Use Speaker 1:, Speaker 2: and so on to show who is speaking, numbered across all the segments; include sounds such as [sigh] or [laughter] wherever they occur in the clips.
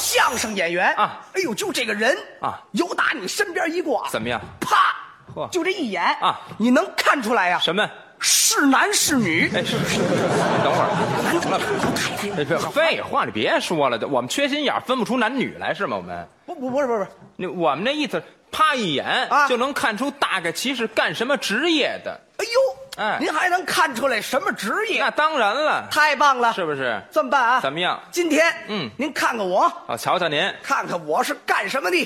Speaker 1: 相声演员
Speaker 2: 啊，
Speaker 1: 哎呦，就这个人
Speaker 2: 啊，
Speaker 1: 由打你身边一过，
Speaker 2: 怎么样？
Speaker 1: 啪，
Speaker 2: 嚯
Speaker 1: 就这一眼
Speaker 2: 啊，
Speaker 1: 你能看出来呀、
Speaker 2: 什么？
Speaker 1: 是男是
Speaker 2: [laughs]
Speaker 1: 女？
Speaker 2: 哎，是是，等会儿，
Speaker 1: 男的太 [laughs] 太，
Speaker 2: 哎，别废话，你别说了，我们缺心眼儿分不出男女来是吗？我们，
Speaker 1: 不不不是不是不是，
Speaker 2: 那我们那意思，啪一眼、
Speaker 1: 啊
Speaker 2: 就能看出大概其是干什么职业的。
Speaker 1: 哎呦，
Speaker 2: 哎
Speaker 1: 您还能看出来什么职业？
Speaker 2: 那当然了，
Speaker 1: 太棒了！
Speaker 2: 是不是？
Speaker 1: 这么办啊？
Speaker 2: 怎么样
Speaker 1: 今天，
Speaker 2: 嗯
Speaker 1: 您看看我，
Speaker 2: 啊，瞧瞧您，
Speaker 1: 看看我是干什么的，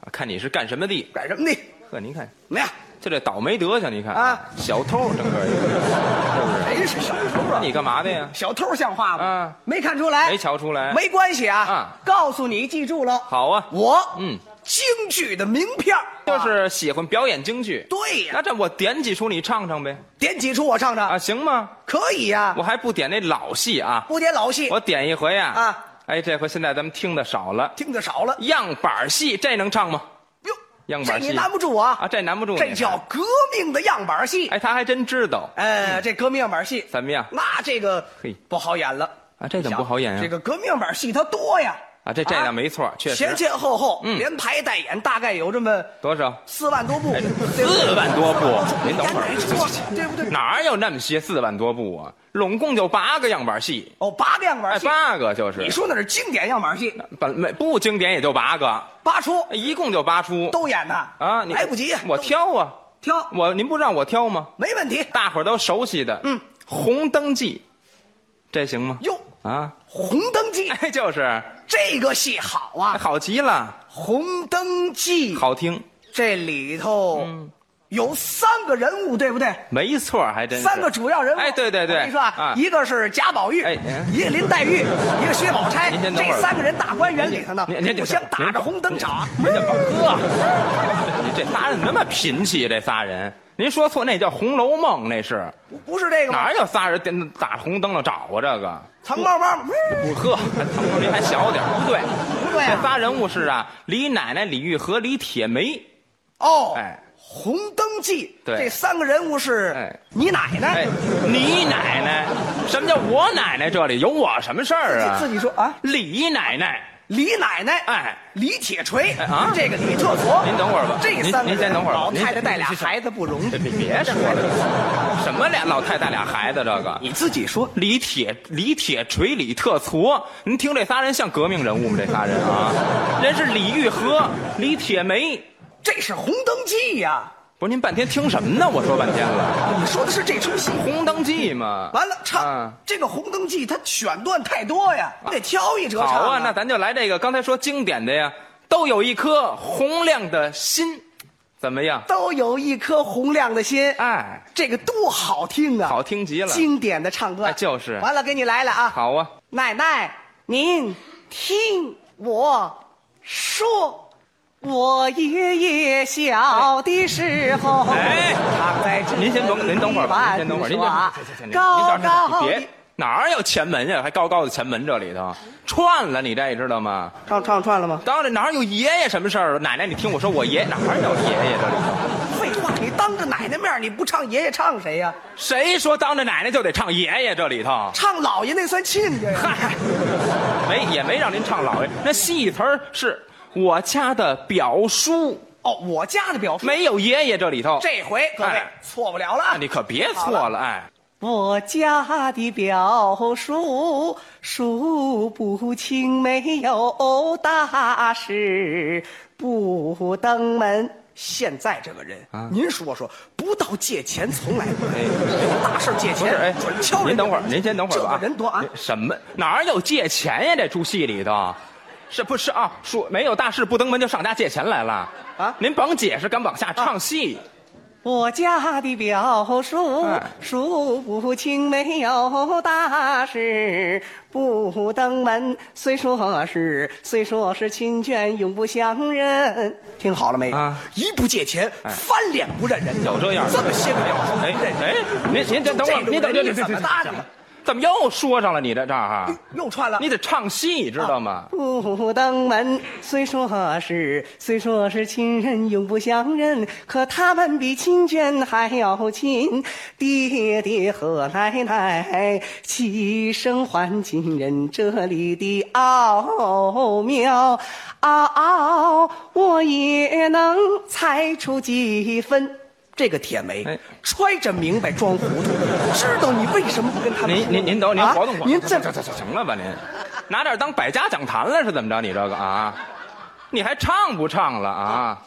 Speaker 2: 啊看你是干什么的？
Speaker 1: 干什么的，
Speaker 2: 呵，您看
Speaker 1: 怎么样？
Speaker 2: 就这倒霉德行，你看
Speaker 1: 啊，
Speaker 2: 小偷整个一
Speaker 1: [laughs]
Speaker 2: 个，
Speaker 1: 谁是小偷
Speaker 2: 那
Speaker 1: 啊？
Speaker 2: 你干嘛的呀？
Speaker 1: 小偷像话吗？
Speaker 2: 啊
Speaker 1: 没看出来，
Speaker 2: 没瞧出来
Speaker 1: 没关系啊。
Speaker 2: 啊
Speaker 1: 告诉你，记住了，
Speaker 2: 好啊，
Speaker 1: 我
Speaker 2: 嗯，
Speaker 1: 京剧的名片儿
Speaker 2: 就是喜欢表演京剧。
Speaker 1: 对呀、
Speaker 2: 那这我点几出你唱唱呗？
Speaker 1: 点几出我唱唱，
Speaker 2: 啊，行吗？
Speaker 1: 可以呀、
Speaker 2: [laughs] 我还不点那老戏啊，
Speaker 1: 不点老戏，
Speaker 2: 我点一回呀。
Speaker 1: 哎啊，
Speaker 2: 哎，这回现在咱们听的少了，
Speaker 1: 听得少了。
Speaker 2: 样板戏这能唱吗？
Speaker 1: 哟，
Speaker 2: 样
Speaker 1: 这
Speaker 2: 板戏
Speaker 1: 你拦不住啊！
Speaker 2: 啊，这难不住你。
Speaker 1: 这叫革命的样板戏。
Speaker 2: 哎，他还真知道，
Speaker 1: 呃，这革命样板戏，
Speaker 2: 怎么样？
Speaker 1: 那这个
Speaker 2: 嘿
Speaker 1: 不好演了
Speaker 2: 啊这怎么不好演呀
Speaker 1: 这个革命样板戏它多呀，
Speaker 2: 啊，这这
Speaker 1: 啊
Speaker 2: 倒没错，确实
Speaker 1: 前前后后
Speaker 2: 嗯
Speaker 1: 连排带演，大概有这么
Speaker 2: 多少？
Speaker 1: 四万多部。对不对
Speaker 2: 哎四万多部，您等会
Speaker 1: 你
Speaker 2: 儿，哎
Speaker 1: 说对不对？
Speaker 2: 哪有那么些四万多部啊？拢共就八个样板戏，
Speaker 1: 哦，八个样板
Speaker 2: 哎，
Speaker 1: 戏，
Speaker 2: 八个就是。
Speaker 1: 你说那是经典样板戏，
Speaker 2: 本没不经典也就八个，哎
Speaker 1: 八出
Speaker 2: 一共就八出
Speaker 1: 都演呐
Speaker 2: 啊！你
Speaker 1: 来不及，
Speaker 2: 我
Speaker 1: 都
Speaker 2: 挑啊，
Speaker 1: 挑，
Speaker 2: 我您不让我挑吗？
Speaker 1: 没问题。
Speaker 2: 大伙儿都熟悉的，嗯，《红灯记》，这行吗？
Speaker 1: 哟，
Speaker 2: 啊，
Speaker 1: 红灯记
Speaker 2: 哎，就是
Speaker 1: 这个戏好
Speaker 2: 哎
Speaker 1: 啊，
Speaker 2: 好极了，
Speaker 1: 红灯记
Speaker 2: 好听，
Speaker 1: 这里头嗯有三个人物，对不对？
Speaker 2: 没错儿，还真是
Speaker 1: 三个主要人物，
Speaker 2: 哎对对对
Speaker 1: 我跟你说啊
Speaker 2: 啊，
Speaker 1: 一个是贾宝玉，
Speaker 2: 哎嗯
Speaker 1: 一个林黛
Speaker 2: [laughs]
Speaker 1: 玉，一个薛宝钗，
Speaker 2: 您先等会
Speaker 1: 这
Speaker 2: 儿
Speaker 1: 三个人大观园里头呢
Speaker 2: 您，您
Speaker 1: 互相打着红灯啊场，
Speaker 2: 您怎么喝？你这仨人怎么那么贫气？这仨人，您说错，那叫《红楼梦》，那是
Speaker 1: 不不是这个吗？
Speaker 2: 哪有仨人点打红灯笼找啊？这个
Speaker 1: 藏猫猫，
Speaker 2: 不喝，您还小点儿，不对，
Speaker 1: 不对
Speaker 2: 这
Speaker 1: 啊，
Speaker 2: 仨人物是啊，李奶奶、李玉和李铁梅。
Speaker 1: 哦，
Speaker 2: 哎
Speaker 1: 红灯记，
Speaker 2: 对
Speaker 1: 这三个人物是
Speaker 2: 哎
Speaker 1: 你奶
Speaker 2: 哎
Speaker 1: 奶，，
Speaker 2: 你奶奶，什么叫我奶奶？这里有我什么事儿啊？
Speaker 1: 自己自己说啊
Speaker 2: 李奶奶，
Speaker 1: 李奶奶，
Speaker 2: 哎，
Speaker 1: 李铁锤
Speaker 2: 哎啊
Speaker 1: 这个李特佛，
Speaker 2: 您等会儿吧
Speaker 1: 这
Speaker 2: 您
Speaker 1: 三个
Speaker 2: 您先
Speaker 1: 人
Speaker 2: 等会儿吧
Speaker 1: 老
Speaker 2: 您
Speaker 1: 太太带俩
Speaker 2: 您先
Speaker 1: 孩子不容易
Speaker 2: 别，别说 [laughs] 了，什么俩老太太俩孩子，这个
Speaker 1: 你自己说，
Speaker 2: 李铁李铁锤李特矬，您听这仨人像革命人物吗？这仨人啊，人是李玉和李铁梅，
Speaker 1: 这是红灯记呀，
Speaker 2: 不是您半天听什么呢？我说半天了，
Speaker 1: 你说的是这出戏。
Speaker 2: 《红灯记》嘛。
Speaker 1: 完了，唱、
Speaker 2: 啊
Speaker 1: 这个《红灯记》，它选段太多呀，你得挑一折唱、
Speaker 2: [laughs] 好啊，那咱就来这个刚才说经典的呀，都有一颗洪亮的心，怎么样？
Speaker 1: 都有一颗洪亮的心，
Speaker 2: 哎，
Speaker 1: 这个多好听啊，
Speaker 2: 好听极了。
Speaker 1: 经典的唱歌、
Speaker 2: 哎就是
Speaker 1: 完了，给你来了啊，
Speaker 2: 好啊，
Speaker 1: 奶奶，您听我说，我爷爷小的时候，
Speaker 2: 哎
Speaker 1: 躺在这
Speaker 2: 您先等，您等会儿吧，您先等会儿，您等会儿，行行行您您
Speaker 1: 啊高
Speaker 2: 等会儿，
Speaker 1: 高
Speaker 2: 你
Speaker 1: 的
Speaker 2: 别，哪有前门呀？还高高的前门这里头串了，你这知道吗？
Speaker 1: 唱唱串了吗？
Speaker 2: 当然哪有爷爷什么事儿啊？奶奶，你听我说，我爷哪有爷爷这里头？
Speaker 1: 废话，你当着奶奶面儿你不唱爷爷唱谁呀、
Speaker 2: 谁说当着奶奶就得唱爷爷这里头？
Speaker 1: 唱老爷那算亲家呀。
Speaker 2: 嗨，没也没让您唱老爷，那戏词儿是我家的表叔，
Speaker 1: 哦，我家的表叔，
Speaker 2: 没有爷爷这里头。
Speaker 1: 这回各位
Speaker 2: 哎
Speaker 1: 错不了了啊。
Speaker 2: 你可别错了，哎，
Speaker 1: 我家的表叔数不清，没有大事不登门。现在这个人，
Speaker 2: 啊
Speaker 1: 您说说，不到借钱从来不来，有大事借
Speaker 2: 不是，哎
Speaker 1: 钱准敲，人。
Speaker 2: 您等会儿，您先等会儿吧。
Speaker 1: 这个人多啊，
Speaker 2: 什么？哪有借钱呀？这出戏里头，是不是啊？说没有大事不登门就上家借钱来了
Speaker 1: 啊
Speaker 2: 您甭解释，敢往下唱戏。
Speaker 1: 我家的表叔
Speaker 2: 哎
Speaker 1: 数不清，没有大事不登门。虽说是虽说是亲眷永不相认，听好了没？
Speaker 2: 啊哎
Speaker 1: 一不借钱，翻脸不认人，
Speaker 2: 有这样的
Speaker 1: 这么些个表叔
Speaker 2: 哎
Speaker 1: 不认人，
Speaker 2: 哎，您您等等会儿，
Speaker 1: 这种
Speaker 2: 您等
Speaker 1: 人你
Speaker 2: 等
Speaker 1: 怎么搭的？
Speaker 2: 怎么又说上了你这这儿啊？
Speaker 1: 又串了
Speaker 2: 你得唱戏，知道吗？
Speaker 1: 不登门，虽说是虽说是亲人永不相认，可他们比亲眷还要亲。爹爹和奶奶齐声唤亲人，这里的奥妙，奥我也能猜出几分。这个铁梅、
Speaker 2: 哎
Speaker 1: 揣着明白装糊涂，知道你为什么不跟他们
Speaker 2: 您
Speaker 1: 说
Speaker 2: 您您等会儿您
Speaker 1: 啊
Speaker 2: 活动活动，
Speaker 1: 您这
Speaker 2: 这这这行了吧您，拿点当百家讲坛了是怎么着？你这个啊，你还唱不唱了啊？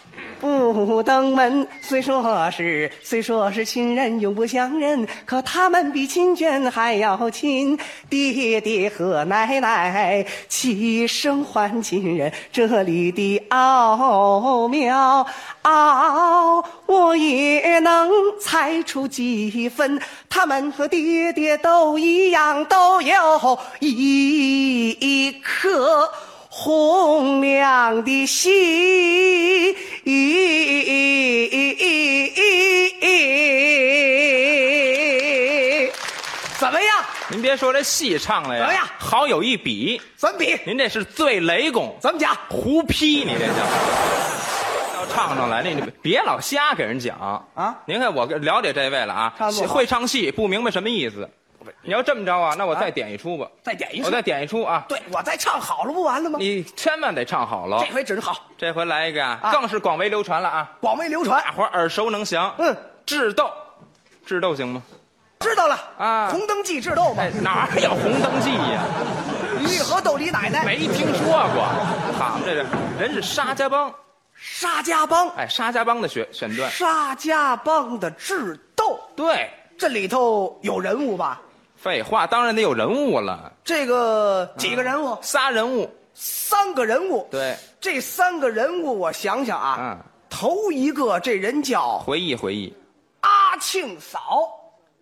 Speaker 1: 不登门，虽说是虽说是亲人永不相认，可他们比亲眷还要亲。爹爹和奶奶齐声唤亲人，这里的奥妙，奥我也能猜出几分。他们和爹爹都一样，都有一颗。洪亮的心。怎么样？
Speaker 2: 您别说这戏唱了呀，
Speaker 1: 怎么样
Speaker 2: 好有一比，
Speaker 1: 怎么比？
Speaker 2: 您这是最雷公，
Speaker 1: 怎么讲？
Speaker 2: 胡批你这叫。要唱上来，那你别老瞎给人讲
Speaker 1: 啊
Speaker 2: 您看我了解这位了啊
Speaker 1: 唱不，好
Speaker 2: 会唱戏不明白什么意思。你要这么着啊，那我再点一出吧，
Speaker 1: 再点一
Speaker 2: 我
Speaker 1: 次。
Speaker 2: 再点一出啊，
Speaker 1: 对，我再唱好了，不完了吗？
Speaker 2: 你千万得唱好了。
Speaker 1: 这回准好，
Speaker 2: 这回来一个啊，更是广为流传了啊，
Speaker 1: 广为流传。
Speaker 2: 大伙儿耳熟能详。
Speaker 1: 嗯，
Speaker 2: 智斗，智斗行吗？
Speaker 1: 知道了
Speaker 2: 啊
Speaker 1: 红灯记智斗嘛
Speaker 2: 哎，，哪儿有红灯记呀？
Speaker 1: 李玉和斗李奶奶，
Speaker 2: 没听说过。好，这是人是沙家浜，
Speaker 1: 沙家浜，
Speaker 2: 哎，沙家浜的选选段，
Speaker 1: 沙家浜的智斗，
Speaker 2: 对，
Speaker 1: 这里头有人物吧？
Speaker 2: 废话，当然得有人物了，
Speaker 1: 这个几个人物？
Speaker 2: 仨人物，
Speaker 1: 三个人物。
Speaker 2: 对，
Speaker 1: 这三个人物，我想想啊，
Speaker 2: 嗯
Speaker 1: 头一个这人叫
Speaker 2: 回忆回忆，
Speaker 1: 阿庆嫂，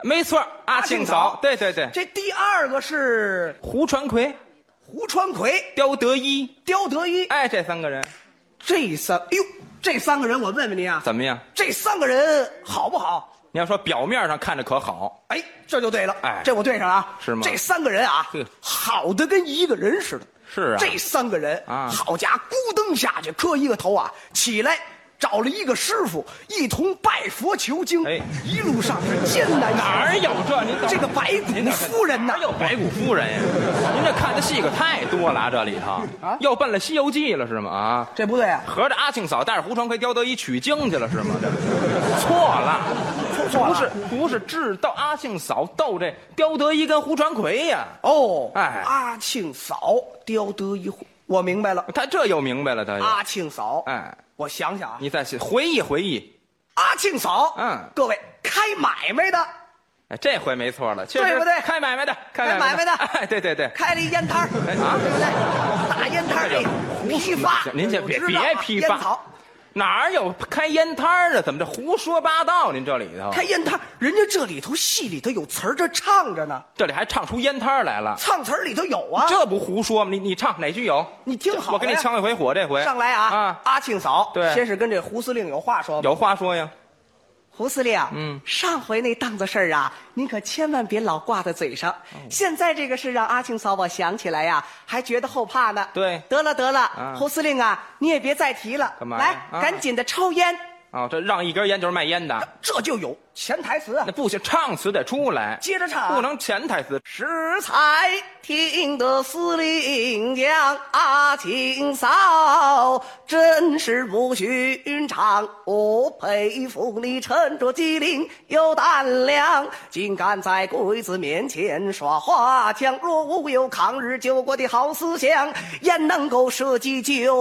Speaker 2: 没错儿，阿
Speaker 1: 阿
Speaker 2: 庆
Speaker 1: 庆
Speaker 2: 嫂
Speaker 1: 嫂，
Speaker 2: 对对对，
Speaker 1: 这第二个是
Speaker 2: 胡传奎、
Speaker 1: 胡传奎、
Speaker 2: 刁德一，
Speaker 1: 刁德一，
Speaker 2: 哎，这三个人
Speaker 1: 这三，哎呦，这三个人，我问问您啊，
Speaker 2: 怎么样？
Speaker 1: 这三个人好不好？
Speaker 2: 你要说表面上看着可好，
Speaker 1: 哎，这就对了，
Speaker 2: 哎
Speaker 1: 这我对上了啊，
Speaker 2: 是吗
Speaker 1: 这三个人啊
Speaker 2: 对，
Speaker 1: 好的跟一个人似的。
Speaker 2: 是啊，
Speaker 1: 这三个人
Speaker 2: 啊
Speaker 1: 好家伙，咕噔下去磕一个头啊，起来找了一个师傅，一同拜佛求经，
Speaker 2: 哎
Speaker 1: 一路上是艰难哪
Speaker 2: 哪儿有这？您等
Speaker 1: 这个白
Speaker 2: 您
Speaker 1: 骨
Speaker 2: 等
Speaker 1: 夫人呐
Speaker 2: 哪？有白骨夫人呀？您这看的戏可太多了啊，这里头
Speaker 1: 啊
Speaker 2: 要奔了《西游记》了是吗？啊，
Speaker 1: 这不对啊，
Speaker 2: 合着阿庆嫂带着胡传奎、刁德一取经去了是吗？这错了，
Speaker 1: 错错了
Speaker 2: 不是不是，智斗阿庆嫂斗这刁德一跟胡传奎呀，
Speaker 1: 哦，
Speaker 2: 哎
Speaker 1: 阿庆嫂雕得一户，我明白了，
Speaker 2: 他这又明白了，他又
Speaker 1: 阿庆嫂，
Speaker 2: 嗯哎，
Speaker 1: 我想想啊，
Speaker 2: 你再细回忆回忆，
Speaker 1: 阿庆嫂，
Speaker 2: 嗯
Speaker 1: 各位开买卖的
Speaker 2: 哎，这回没错了，确实
Speaker 1: 对不对
Speaker 2: 开买卖的，
Speaker 1: 开买卖的
Speaker 2: 哎，对对对，
Speaker 1: 开了一烟摊儿，
Speaker 2: 哎啊
Speaker 1: 对不对？大烟摊儿，
Speaker 2: 哎呦
Speaker 1: 哎批发，
Speaker 2: 行您先别
Speaker 1: 我知道啊
Speaker 2: 别批
Speaker 1: 烟草
Speaker 2: 发，哪儿有开烟摊儿的？怎么这胡说八道？您这里头，
Speaker 1: 开烟摊，人家这里头戏里头有词儿，这唱着呢，
Speaker 2: 这里还唱出烟摊儿来了，
Speaker 1: 唱词儿里头有啊。
Speaker 2: 哦这不胡说吗？你你唱哪句有？
Speaker 1: 你听好了呀，
Speaker 2: 我给你呛一回火，这回
Speaker 1: 上来啊！
Speaker 2: 啊，
Speaker 1: 阿庆嫂，
Speaker 2: 对
Speaker 1: 先是跟这胡司令有话说吧。
Speaker 2: 有话说呀。
Speaker 1: 胡司令，啊
Speaker 2: 嗯
Speaker 1: 上回那档子事儿啊，您可千万别老挂在嘴上。
Speaker 2: 哦
Speaker 1: 现在这个事让阿庆嫂我想起来呀、还觉得后怕呢。
Speaker 2: 对
Speaker 1: 得了得了，
Speaker 2: 啊
Speaker 1: 胡司令啊，你也别再提了，
Speaker 2: 干嘛呀
Speaker 1: 来，
Speaker 2: 啊
Speaker 1: 赶紧的抽烟，
Speaker 2: 啊、这让一根烟就是卖烟的，
Speaker 1: 这就有潜台词啊
Speaker 2: 那。不行，唱词得出来，
Speaker 1: 接着唱啊，
Speaker 2: 不能潜台词。
Speaker 1: 适才听得司令讲，阿庆嫂真是不寻常，我佩服你沉着机灵有胆量，竟敢在鬼子面前耍花枪。若无有抗日救国的好思想，焉能够舍己救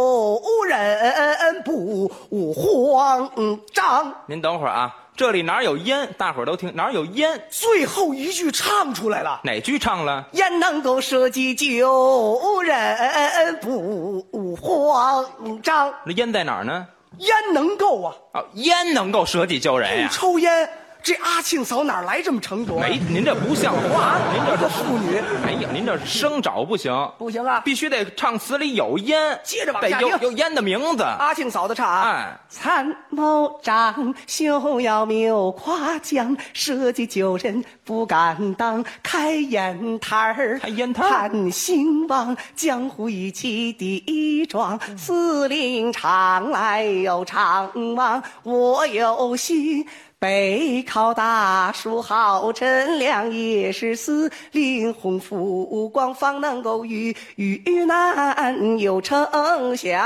Speaker 1: 人不慌张？
Speaker 2: 您等会儿啊，这里哪有烟？大伙儿都听，哪有烟？
Speaker 1: 最后一句唱出来了。
Speaker 2: 哪句唱了？
Speaker 1: 焉能够舍己救人不慌张？
Speaker 2: 那烟在哪儿呢？哦
Speaker 1: 焉能够啊？
Speaker 2: 啊，烟能够舍己救人
Speaker 1: 不
Speaker 2: 呀、
Speaker 1: 抽烟，这阿庆嫂哪来这么成朵？
Speaker 2: 没，您这不像话，您这
Speaker 1: 这
Speaker 2: 是
Speaker 1: 妇女
Speaker 2: 哎呀，您这声找不行，
Speaker 1: 不行啊！
Speaker 2: 必须得唱词里有烟，
Speaker 1: 接着往
Speaker 2: 得
Speaker 1: 下
Speaker 2: 有
Speaker 1: 听
Speaker 2: 有烟的名字。
Speaker 1: 阿庆嫂子唱啊，
Speaker 2: 哎
Speaker 1: 参谋长休要谬夸奖，设计九人不敢当，开眼摊儿，
Speaker 2: 开烟摊儿
Speaker 1: 盼兴旺，江湖义气第一桩。
Speaker 2: 嗯
Speaker 1: 司令常来有常往，我有心。北靠大树好乘凉，也是司令洪福光，方能够与遇难有成响。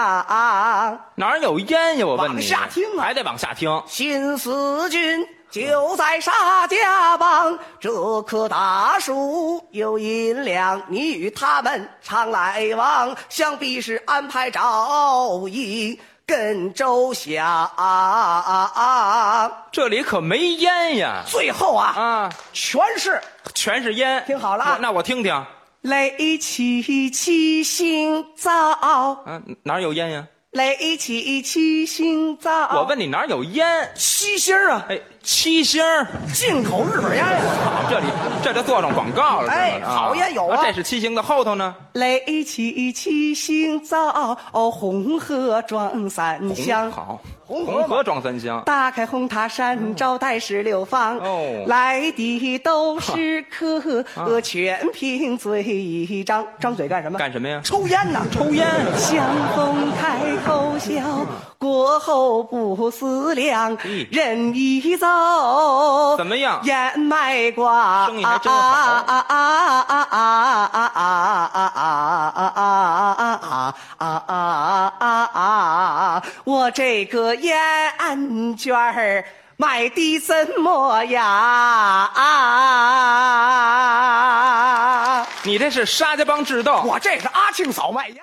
Speaker 2: 哪儿有烟呀？我问你，
Speaker 1: 往下听啊
Speaker 2: 还得往下听。
Speaker 1: 新四军就在沙家浜，这棵大树有银两，你与他们常来往，想必是安排照应跟周详。
Speaker 2: 这里可没烟呀！
Speaker 1: 最后啊，
Speaker 2: 啊，
Speaker 1: 全是
Speaker 2: 全是烟。
Speaker 1: 听好了啊
Speaker 2: 我那我听听。
Speaker 1: 雷起七星灶，
Speaker 2: 啊，哪儿有烟呀？
Speaker 1: 雷起七星灶。
Speaker 2: 我问你哪儿有烟？
Speaker 1: 七星儿啊，
Speaker 2: 哎，七星儿，
Speaker 1: 进口日本烟呀。
Speaker 2: 这里这就做上广告了。
Speaker 1: 哎
Speaker 2: 是吗
Speaker 1: 好烟有啊
Speaker 2: 这是七星的后头呢。
Speaker 1: 垒起七星灶，红河装三香。
Speaker 2: 香嗯好，
Speaker 1: 红河嘛
Speaker 2: 红河装三香。
Speaker 1: 打开红塔山，招待十六方。
Speaker 2: 哦
Speaker 1: 来的都是客，全凭嘴一张。张嘴啊干什么？
Speaker 2: 干什么呀？
Speaker 1: 抽烟呢。
Speaker 2: 抽烟。
Speaker 1: 相逢开口笑，过后不思量
Speaker 2: 嗯，
Speaker 1: 人已走，
Speaker 2: 怎么样
Speaker 1: 烟卖光，
Speaker 2: 生意还真好
Speaker 1: 啊啊啊啊啊啊啊啊啊啊啊啊！我这个烟卷儿卖的怎么样？
Speaker 2: 你这是沙家浜智斗。
Speaker 1: 我这是阿庆嫂卖烟。